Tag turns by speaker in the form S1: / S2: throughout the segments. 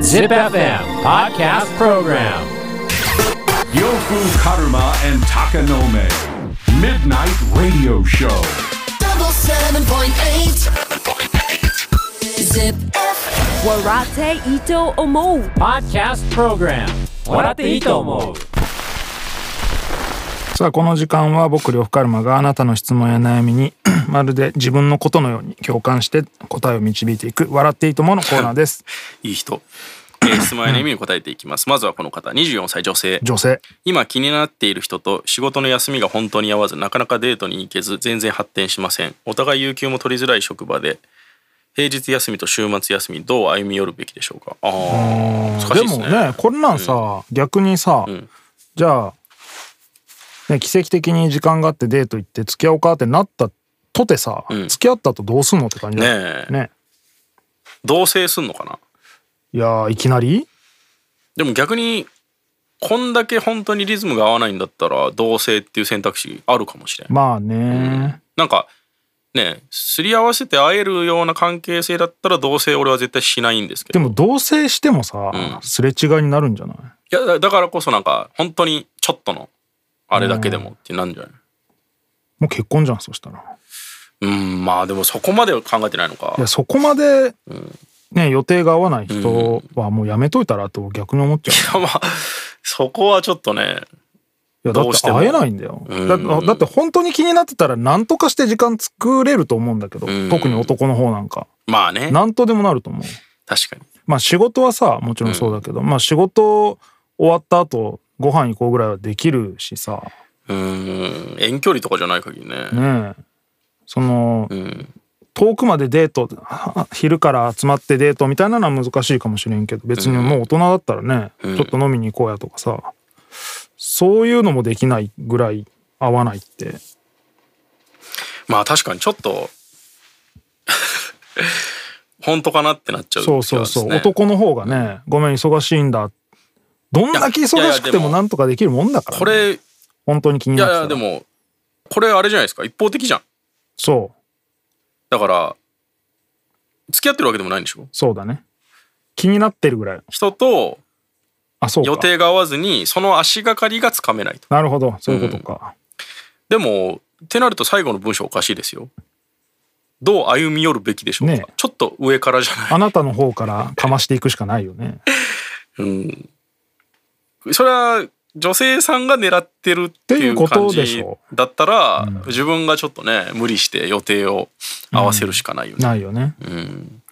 S1: Zip FM Podcast Program
S2: Yofu Karuma and Takanome. Midnight Radio Show.
S3: double seven point eight. Zip.
S4: Warate Ito Omo.
S1: Podcast Program 笑っていいと思う
S5: さあこの時間は僕呂布カルマがあなたの質問や悩みに まるで自分のことのように共感して答えを導いていく「笑っていいとも」のコーナーです。
S6: いい人。えー質問や意味に答えていきます。まずはこの方、24歳女性。
S5: 女性
S6: 今気になっている人と仕事の休みが本当に合わず、なかなかデートに行けず、全然発展しません。お互い有給も取りづらい職場で、平日休みと週末休み、どう歩み寄るべきでしょうか。ああ、難しい
S5: で
S6: です
S5: も
S6: ね。
S5: ねこんなんさ、逆にさ、
S6: ん
S5: じゃあ、ね、奇跡的に時間があってデート行って付き合おうかってなったとてさ、
S6: ん
S5: 付き合ったとどうすんのって感じだよ
S6: ねえ
S5: ね
S6: 同棲すんのかない
S5: やーいきなり
S6: でも逆に、こんだけ本当にリズムが合わないんだったら、同棲っていう選択肢あるかもしれん。
S5: まあね、
S6: なんかねすり合わせて会えるような関係性だったら同棲俺は絶対しないんですけ
S5: で
S6: ど
S5: も同棲してもさ、すれ違いになるんじゃない
S6: いやだだからこそなんか本当にちょっとのあれだけでもってなんじゃない
S5: もう結婚じゃんそしたら。
S6: うんまあでもそこまでは考えてないのか
S5: いやそこまで、ね、予定が合わない人はもうやめといたらと逆に思っちゃう。
S6: まあそこはちょっとね
S5: いやだ
S6: ど
S5: っ
S6: うしてても
S5: 会えないんだよ。
S6: うん
S5: だってだって本当に気になってたら何とかして時間作れると思うんだけど、
S6: ん
S5: 特に男の方なんか
S6: まあね
S5: 何とでもなると思う。
S6: 確かに
S5: まあ仕事はさもちろんそうだけど、まあ仕事終わった後ご飯行こうぐらいはできるしさ
S6: うん遠距離とかじゃない限りね
S5: ねえその、
S6: うん
S5: 遠くまでデートは昼から集まってデートみたいなのは難しいかもしれんけど別にもう大人だったらね、ちょっと飲みに行こうやとかさそういうのもできないぐらい合わないって
S6: まあ確かにちょっと 本当かなってなっちゃう
S5: そうそうそう、
S6: 気がしますね
S5: 男の方がねごめん忙しいんだどんだけ
S6: いやい
S5: 忙
S6: や
S5: しくて
S6: で
S5: も
S6: も
S5: なんとかできるもんだからね、
S6: これい
S5: 本当に気になっ
S6: や
S5: て
S6: い
S5: たら
S6: やでもこれあれじゃないですか一方的じゃん
S5: そう
S6: だから付き合ってるわけでもないんでしょ
S5: そうだね気になってるぐらい
S6: 人と
S5: あそうか
S6: 予定が合わずにその足がかりがつかめないと
S5: なるほどそういうことか、
S6: でもってなると最後の文章おかしいですよどう歩み寄るべきでしょうか、
S5: ねえ
S6: ちょっと上からじゃない
S5: あなたの方からかましていくしかないよね
S6: うんそれは女性さんが狙ってるっていう
S5: っていう
S6: 感
S5: ことでし
S6: じ
S5: ょ
S6: だったら、自分がちょっとね無理して予定を合わせるしかないよね、
S5: ないよね
S6: うん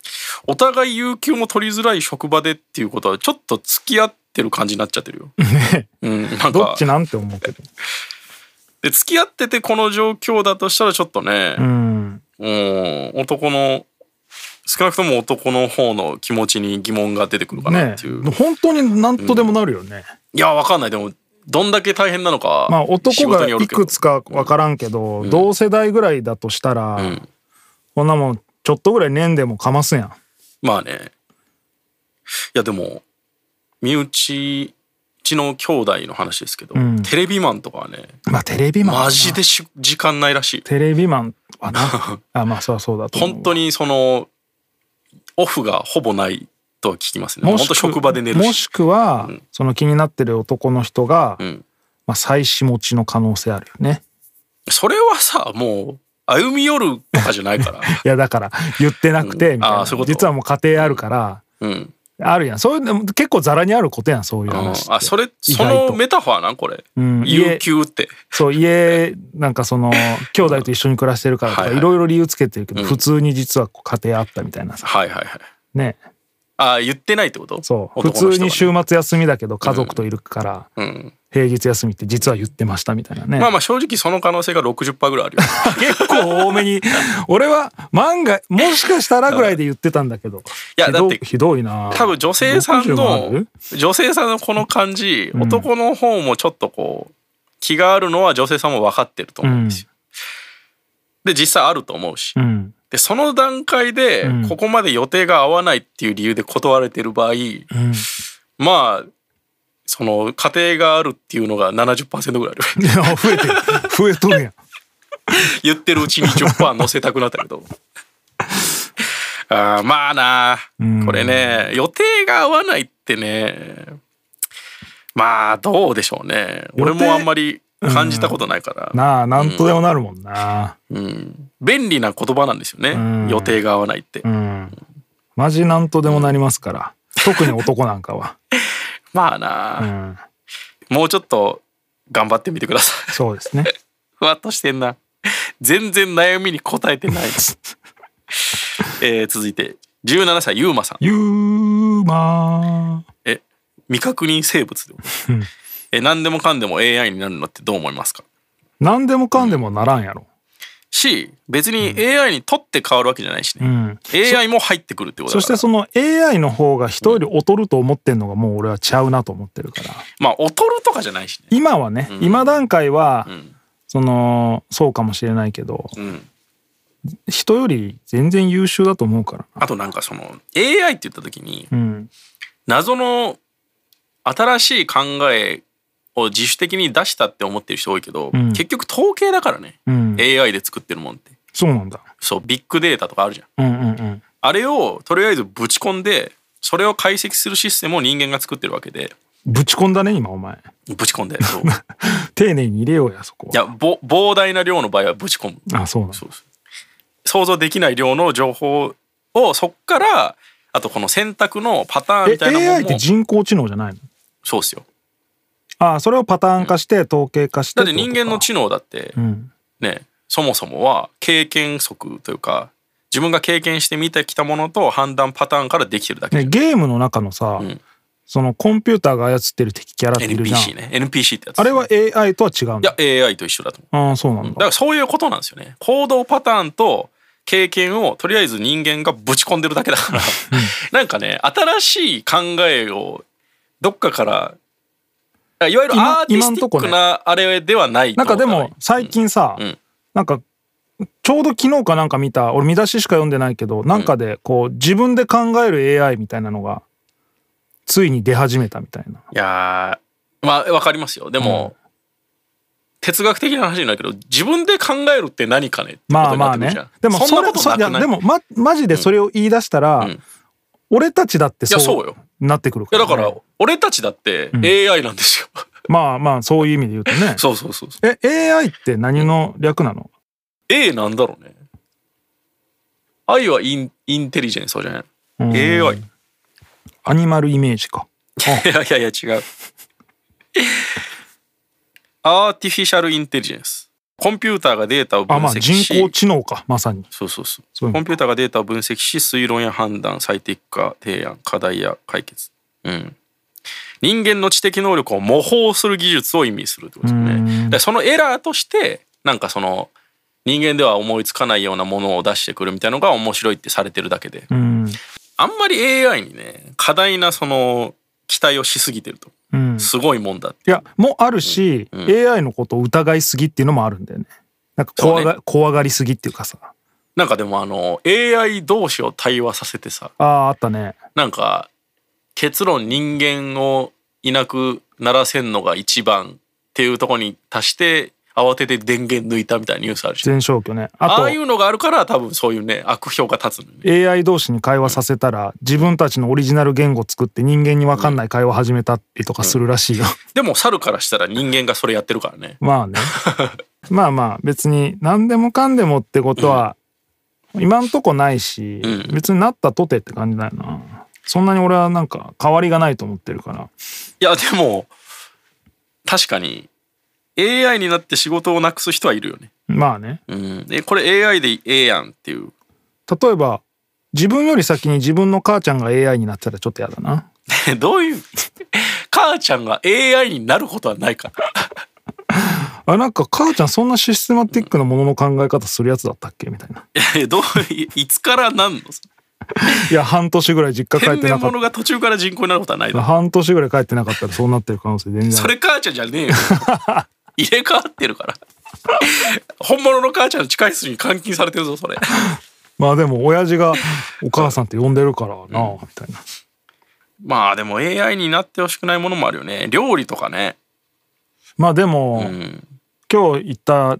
S6: お互い有給も取りづらい職場でっていうことはちょっと付き合ってる感じになっちゃってる よ。うん、なんか
S5: どっちなんて思うけど
S6: で付き合っててこの状況だとしたらちょっとね
S5: う、ん
S6: うん、男の少なくとも男の方の気持ちに疑問が出てくるかな
S5: ね
S6: っていう、
S5: え本当に何とでもなるよね、
S6: いやわかんないでもどんだけ大変なのか、
S5: まあ
S6: 仕
S5: 男
S6: 事
S5: が
S6: による
S5: い
S6: けど
S5: くつか分からんけど、同世代ぐらいだとしたら、
S6: ん
S5: こんなもんちょっとぐらい年でもかますやん
S6: まあねいやでも身内うちの兄弟の話ですけど、
S5: ん
S6: テレビマンとかはね
S5: まあテレビマンはな
S6: マジでし時間ないらしい
S5: テレビマンは なあまあそうそうだと思う
S6: 本当にそのオフがほぼないとは聞きますね
S5: も
S6: 本
S5: し
S6: 当
S5: く
S6: 職場で寝る
S5: も
S6: し
S5: しくは、その気になってる男の人が、
S6: ん
S5: まあ妻子持ちの可能性あるよね
S6: それはさもう歩み寄るとかじゃない から、
S5: いやだから言ってなくてみたいな、
S6: あーそういうこと
S5: 実はもう家庭あるから、
S6: うん、
S5: あるやんそういうの結構ざらにあることやんそういう話って
S6: あそれ
S5: 意
S6: そ
S5: 外と
S6: のメタファーなんこれ、
S5: ん
S6: 有給って
S5: そう家なんかそ の兄弟と一緒に暮らしてるからと
S6: はい
S5: か
S6: はい
S5: いろいろ理由つけてるけど、普通に実は家庭あったみたいなさ
S6: はいはいはい
S5: ね
S6: あ言ってないってこと
S5: そう普
S6: 男の
S5: 通
S6: 人がね
S5: に週末休みだけど家族といるから
S6: うん、
S5: 平日休みって実は言ってましたみたいなね、
S6: まあまあ正直その可能性が60%ぐらいあ るよ
S5: 結構多めに俺は万がもしかしたらぐらいで言ってたんだけど
S6: いや
S5: ひど
S6: だって
S5: ひどいな
S6: 多分女性さん
S5: 60もあ
S6: の
S5: る
S6: 女性さんのこの感じ、男の方もちょっとこう気があるのは女性さんも分かってると思うんですよ、で実際あると思うし、
S5: うん
S6: でその段階でここまで予定が合わないっていう理由で断られてる場合、まあその家庭があるっていうのが70%ぐらいある
S5: いや増えてる増えとるやん
S6: 言ってるうちに10%乗せたくなったけど あーまあなこれね予定が合わないってねまあどうでしょうね俺もあんまり感じたことないから、
S5: なあなんとでもなるもんな
S6: 便利な言葉なんですよね、予定が合わないって、
S5: マジなんとでもなりますから、特に男なんかは、
S6: まあな
S5: う、ん、
S6: もうちょっと頑張ってみてください
S5: そうですね
S6: ふわっとしてんな全然悩みに答えてない、 えー続いて17歳ゆうまさん
S5: ゆーま
S6: え未確認生物でえ何でもかんでも AI になるのってどう思いますか
S5: ーなんでもかんでもならんやろ、
S6: し別に AI にとって変わるわけじゃないしね、
S5: ん
S6: AI も入ってくるってこと
S5: そ
S6: だ
S5: し
S6: から
S5: てその AI の方が人より劣ると思ってんのがもう俺はちゃうなと思ってるから
S6: まあ劣るとかじゃないしね
S5: 今はね、今段階は、
S6: ん
S5: そのそうかもしれないけど
S6: うん
S5: 人より全然優秀だと思うからな
S6: あとなんかその AI って言った時に
S5: うん
S6: 謎の新しい考えを自主的に出したって思ってる人多いけど、
S5: ん
S6: 結局統計だからね、
S5: うん
S6: AI で作ってるもんって
S5: そうなんだ
S6: そうビッグデータとかあるじゃん
S5: うんうんうん
S6: あれをとりあえずぶち込んでそれを解析するシステムを人間が作ってるわけで
S5: ぶち込んだね今お前
S6: ぶち 込んでそうい
S5: 丁寧に入れようやそこは
S6: やぼ膨大な量の場合はぶち込む
S5: あそうなんだ
S6: そうそう想像できない量の情報をそっからあとこの選択のパターンみたいなも
S5: え
S6: の
S5: AI って
S6: も
S5: 人工知能じゃないの
S6: そうっすよ
S5: ああそれをパターン化して統計化して
S6: だって人間の
S5: 知
S6: 知能だって
S5: うん
S6: ねそもそもは経験則というか自分が経験して見てきたものと判断パターンからできてるだけ
S5: ね
S6: じゃん
S5: ゲームの中のさ、
S6: ん
S5: そのコンピューターが操ってる敵キャラっているじゃん、
S6: NPC ね NPC ってやつ
S5: あれは AI とは違うんだ
S6: いや AI と一緒だと思う
S5: ああそうなん
S6: だか
S5: だ
S6: らそういうことなんですよね行動パターンと経験をとりあえず人間がぶち込んでるだけだからなんかね新しい考えをどっかからいわゆる
S5: 今
S6: アーティスティック
S5: 今
S6: なあれではないと
S5: なんか
S6: 思った
S5: で
S6: らいい
S5: も最近さ、
S6: うんうん
S5: なんかちょうど昨日かなんか見た俺見出ししか読んでないけどなんかでこう自分で考える AI みたいなのがついに出始めたみたいない
S6: やーまあわかりますよでも、哲学的な話じゃないけど自分で考えるって何かねってこ
S5: ま
S6: と
S5: あ
S6: にな
S5: まあ
S6: ってくる
S5: ね
S6: じゃん。
S5: でも
S6: そ
S5: そ
S6: ん
S5: れ
S6: なこと
S5: そ
S6: な
S5: ういや
S6: くない
S5: でもまマジでそれを言い出したら、
S6: ん
S5: 俺たちだってそう
S6: いやそうよ
S5: なってくる
S6: い
S5: か
S6: や
S5: ら、
S6: だ
S5: ね、
S6: から俺たちだって AI なんですよ、
S5: まあまあそういう意味で言うとね
S6: そうそうそうそう
S5: え AI って何の略なの
S6: A なんだろうね愛はインインテリジェンスそうじゃないの AI い
S5: アニマルイメージか
S6: やいやいや違うアーティフィシャルインテリジェンスコンピューターがデータを分
S5: あまあ
S6: 析し
S5: 人工知能かまさに
S6: そうそうそう
S5: そういう
S6: コ
S5: の
S6: ンピューターがデータを分析し推論や判断最適化提案課題や解決うん人間の知的能力を模倣する技術を意味するってことですよねだからそのエラーとしてなんかその人間では思いつかないようなものを出してくるみたいのが面白いってされてるだけで
S5: うん
S6: あんまり AI にね過大なその期待をしすぎてると
S5: うん
S6: すごいもんだっ
S5: い
S6: て
S5: やもあるし、AI のことを疑いすぎっていうのもあるんだよねなんか怖が,、怖がりすぎっていうかさ
S6: なんかでもあの AI 同士を対話させてさ
S5: あああったね
S6: なんか結論人間をいなくならせんのが一番っていうところに達して慌てて電源抜いたみたいなニュースあるし
S5: 全消去ねあ
S6: あ
S5: と
S6: あいうのがあるから多分そういうね悪評が立つのよね
S5: AI 同士に会話させたら自分たちのオリジナル言語作って人間に分かんない会話始めたりとかするらしいよ、
S6: でも猿からしたら人間がそれやってるからね
S5: まあねまあまあ別に何でもかんでもってことは今んとこないし、
S6: うん
S5: 別になったとてって感じだよなそんなに俺はなんか変わりがないと思ってるから
S6: いやでも確かに AI になって仕事をなくす人はいるよね
S5: まあね
S6: うんえこれ AI でええやんっていう
S5: 例えば自分より先に自分の母ちゃんが AI になってたらちょっとやだな
S6: えどういう母ちゃんが AI になることはないから
S5: あなんか母ちゃんそんなシステマティックなものの考え方するやつだったっけみたいな
S6: えどういいつからなんの
S5: いや半年ぐらい実家帰っ
S6: 天
S5: てなか
S6: 然
S5: った
S6: 物が途中から人口になることはないだろ
S5: 半年ぐらい帰ってなかったらそうなってる可能性全然ある
S6: それ母ちゃんじゃね えよ入れ替わってるから本物の母ちゃんの近い室に監禁されてるぞそれ
S5: まあでも親父が「お母さんって呼んでるからな」みたいな
S6: まあでも AI になってほしくないものもあるよね料理とかね
S5: まあでも、
S6: うん
S5: 今日行った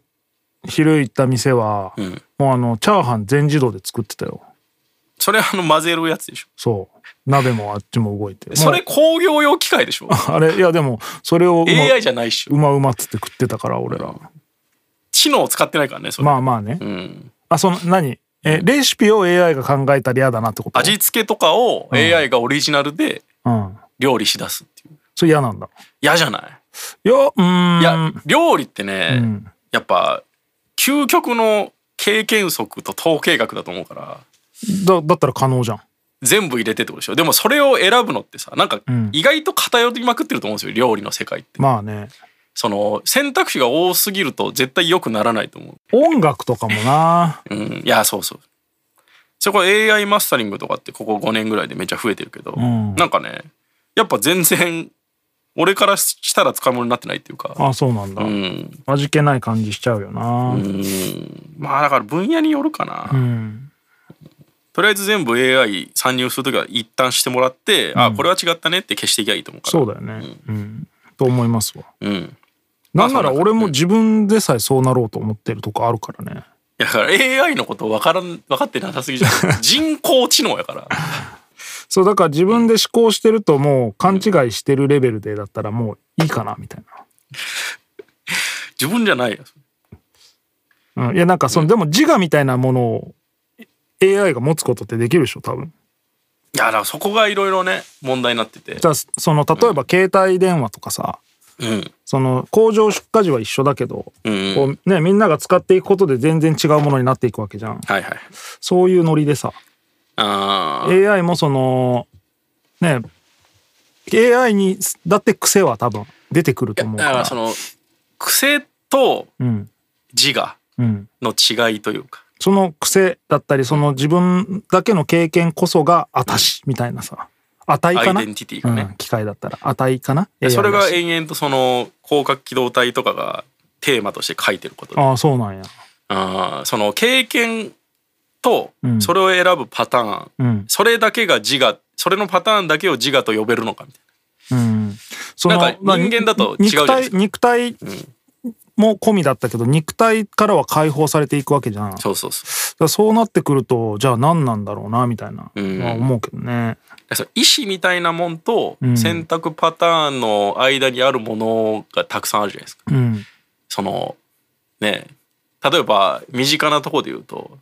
S5: 昼行った店は、
S6: ん
S5: もうあのチャーハン全自動で作ってたよ
S6: それあの混ぜるやつでしょ
S5: そう鍋もあっちも動いて
S6: それ
S5: も
S6: 工業用機械でし
S5: う
S6: ょ
S5: あれいやでもそれをうま
S6: AI じゃないっしょ
S5: うまうまっつって食ってたから俺ら
S6: 知能を使ってないからねそれ、
S5: まあまあね
S6: うん、
S5: あその何えレシピを AI が考えたら嫌だなってこと
S6: 味付けとかを AI がオリジナルで
S5: うん
S6: 料理しだすっていう
S5: それ嫌なんだ
S6: 嫌じゃない
S5: いやうーん
S6: いや料理ってね、
S5: うん
S6: やっぱ究極の経験則と統計学だと思うから
S5: だだったら可能じゃん
S6: 全部入れてってことでしょでもそれを選ぶのってさなんか
S5: うん
S6: 意外と偏りまくってると思うんですよ料理の世界って
S5: まあね
S6: その選択肢が多すぎると絶対良くならないと思
S5: 音楽とかもな
S6: ううんいやそうそうそこ AI マスタリングとかってここ5年ぐらいでめっちゃ増えてるけど、
S5: ん
S6: なんかねやっぱ全然俺からしたら使い物になってないっていうか
S5: あそうなんだ、
S6: うん
S5: 味気ない感じしちゃうよな
S6: うんまあだから分野によるかな、
S5: うん、
S6: とりあえず全部 AI 参入するときは一旦してもらって、あこれは違ったねって消していきゃいいと思うから
S5: そうだよねうん、と思いますわ
S6: うん
S5: な
S6: まあ
S5: んなら
S6: そんな
S5: 俺も自分でさえそうなろうと思ってるとこあるからね
S6: いやだから AI のこと分からん分かってなさす ぎじゃん人工知能やから
S5: そうだから自分で思考してるともう勘違いしてるレベルでだったらもういいかなみたい
S6: 自分じゃないよ
S5: な、うん、いやなんかそのでも自我みたいなものを AI が持つことってできるでしょ多分
S6: いやだからそこがいろいろね問題になってて
S5: じゃあその例えば携帯電話とかさ
S6: うん
S5: その工場出荷時は一緒だけど、
S6: うんうん
S5: こうね、みんなが使っていくことで全然違うものになっていくわけじゃん
S6: はいはい
S5: そういうノリでさ
S6: あー
S5: AI もそのね AI にだって癖は多分出てくると思う
S6: だ
S5: か
S6: かららその癖と
S5: うん
S6: 自我
S5: うん、
S6: の違いというか
S5: その癖だったりその自分だけの経験こそが「あたし」みたいなさ「あたい」
S6: ア
S5: か
S6: イ
S5: な、
S6: デンティティがね、
S5: うん、機械だったら「あたい」かな
S6: でそれ
S5: AI
S6: が
S5: だし
S6: 延々とその広角機動隊とかがテーマとして書いてることで
S5: ああそうなんや
S6: あーその経験と
S5: うん
S6: それを選ぶパターン、
S5: うん
S6: それだけが自我それのパターンだけを自我と呼べるのかみたい
S5: うんそ
S6: なんか
S5: まあ
S6: 人間だと違うじゃ
S5: 肉
S6: ないで
S5: 体
S6: すか
S5: 肉体も込みだったけど肉体からは解放されていくわけじゃん
S6: なそうそうそ
S5: だからそうなってくるとじゃあ何なんだろうなみたいな、
S6: うん
S5: まあ思うけどね
S6: うその意思みたいなもんと
S5: ん
S6: 選択パターンの間にあるものがたくさんあるじゃないですか
S5: うん
S6: そのね例えば身近なところで言うと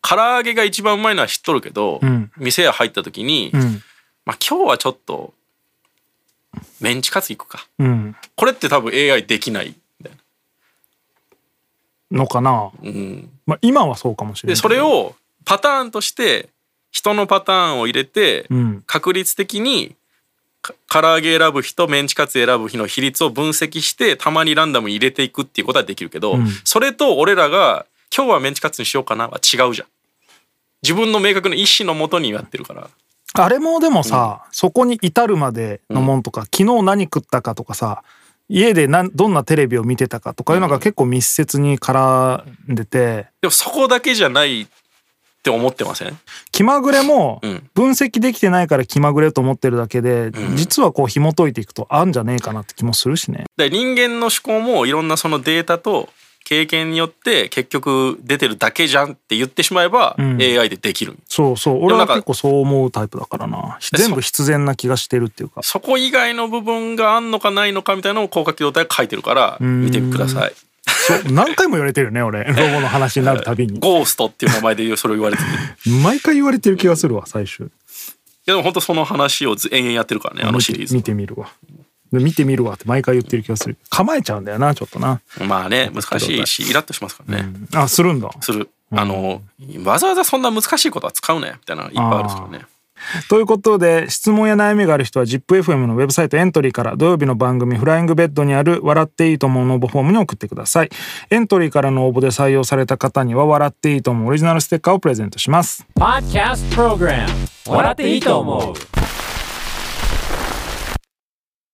S6: 唐揚げが一番うまいのは知っとるけど、
S5: ん
S6: 店へ入った時に、
S5: うん
S6: まあ、今日はちょっとメンチカツ行くか
S5: うん
S6: これって多分 AI できないんだよね
S5: のかな、
S6: うん、
S5: まあ、今はそうかもしれない
S6: でそれをパターンとして人のパターンを入れて、
S5: うん
S6: 確率的にか唐揚げ選ぶ日とメンチカツ選ぶ日の比率を分析してたまにランダムに入れていくっていうことはできるけど、
S5: ん
S6: それと俺らが「今日はメンチカツにしようかな」は違うじゃん。自分の明確な意思のもとにやってるから
S5: あれもでもさ、そこに至るまでのもんとか、昨日何食ったかとかさ家でなんどんなテレビを見てたかとかいうのが結構密接に絡んでて
S6: でもそこだけじゃないって思ってません
S5: 気まぐれも
S6: ん
S5: 分析できてないから気まぐれと思ってるだけで、実はこう紐解いていくとあんじゃねえかなって気もするしね。
S6: で人間の思考もいろんなそのデータと経験によって結局出てるだけじゃんって言ってしまえば AI でできる、
S5: そうそう
S6: で
S5: 俺
S6: もな
S5: は
S6: んか
S5: 結構そう思うタイプだからな全部必然な気がしてるっていうか
S6: そこ以外の部分があんのかないのかみたいなのを広角機動隊が書いてるから見てください
S5: そう何回も言われてるね 俺ロボの話になるたびに
S6: ゴーストっていう名前で言うそれを言われて ていや
S5: 毎回言われてる気がするわ最終
S6: でも本当その話をず延々やってるからねあのシリーズ
S5: 見て見てみるわで見てみるわって毎回言ってる気がする構えちゃうんだよなちょっとな、
S6: まあね難しいしイラッとしますからね、
S5: あするんだ
S6: するあのわざわざそんな難しいことは使うなよみたいなのいっぱいあるんですからね
S5: ということで質問や悩みがある人は ZIPFM のウェブサイトエントリーから土曜日の番組「フライングベッド」にある「笑っていいと思う」の応募フォームに送ってくださいエントリーからの応募で採用された方には「笑っていいと思う」オリジナルステッカーをプレゼントします
S1: Podcast Program 笑っていいと思う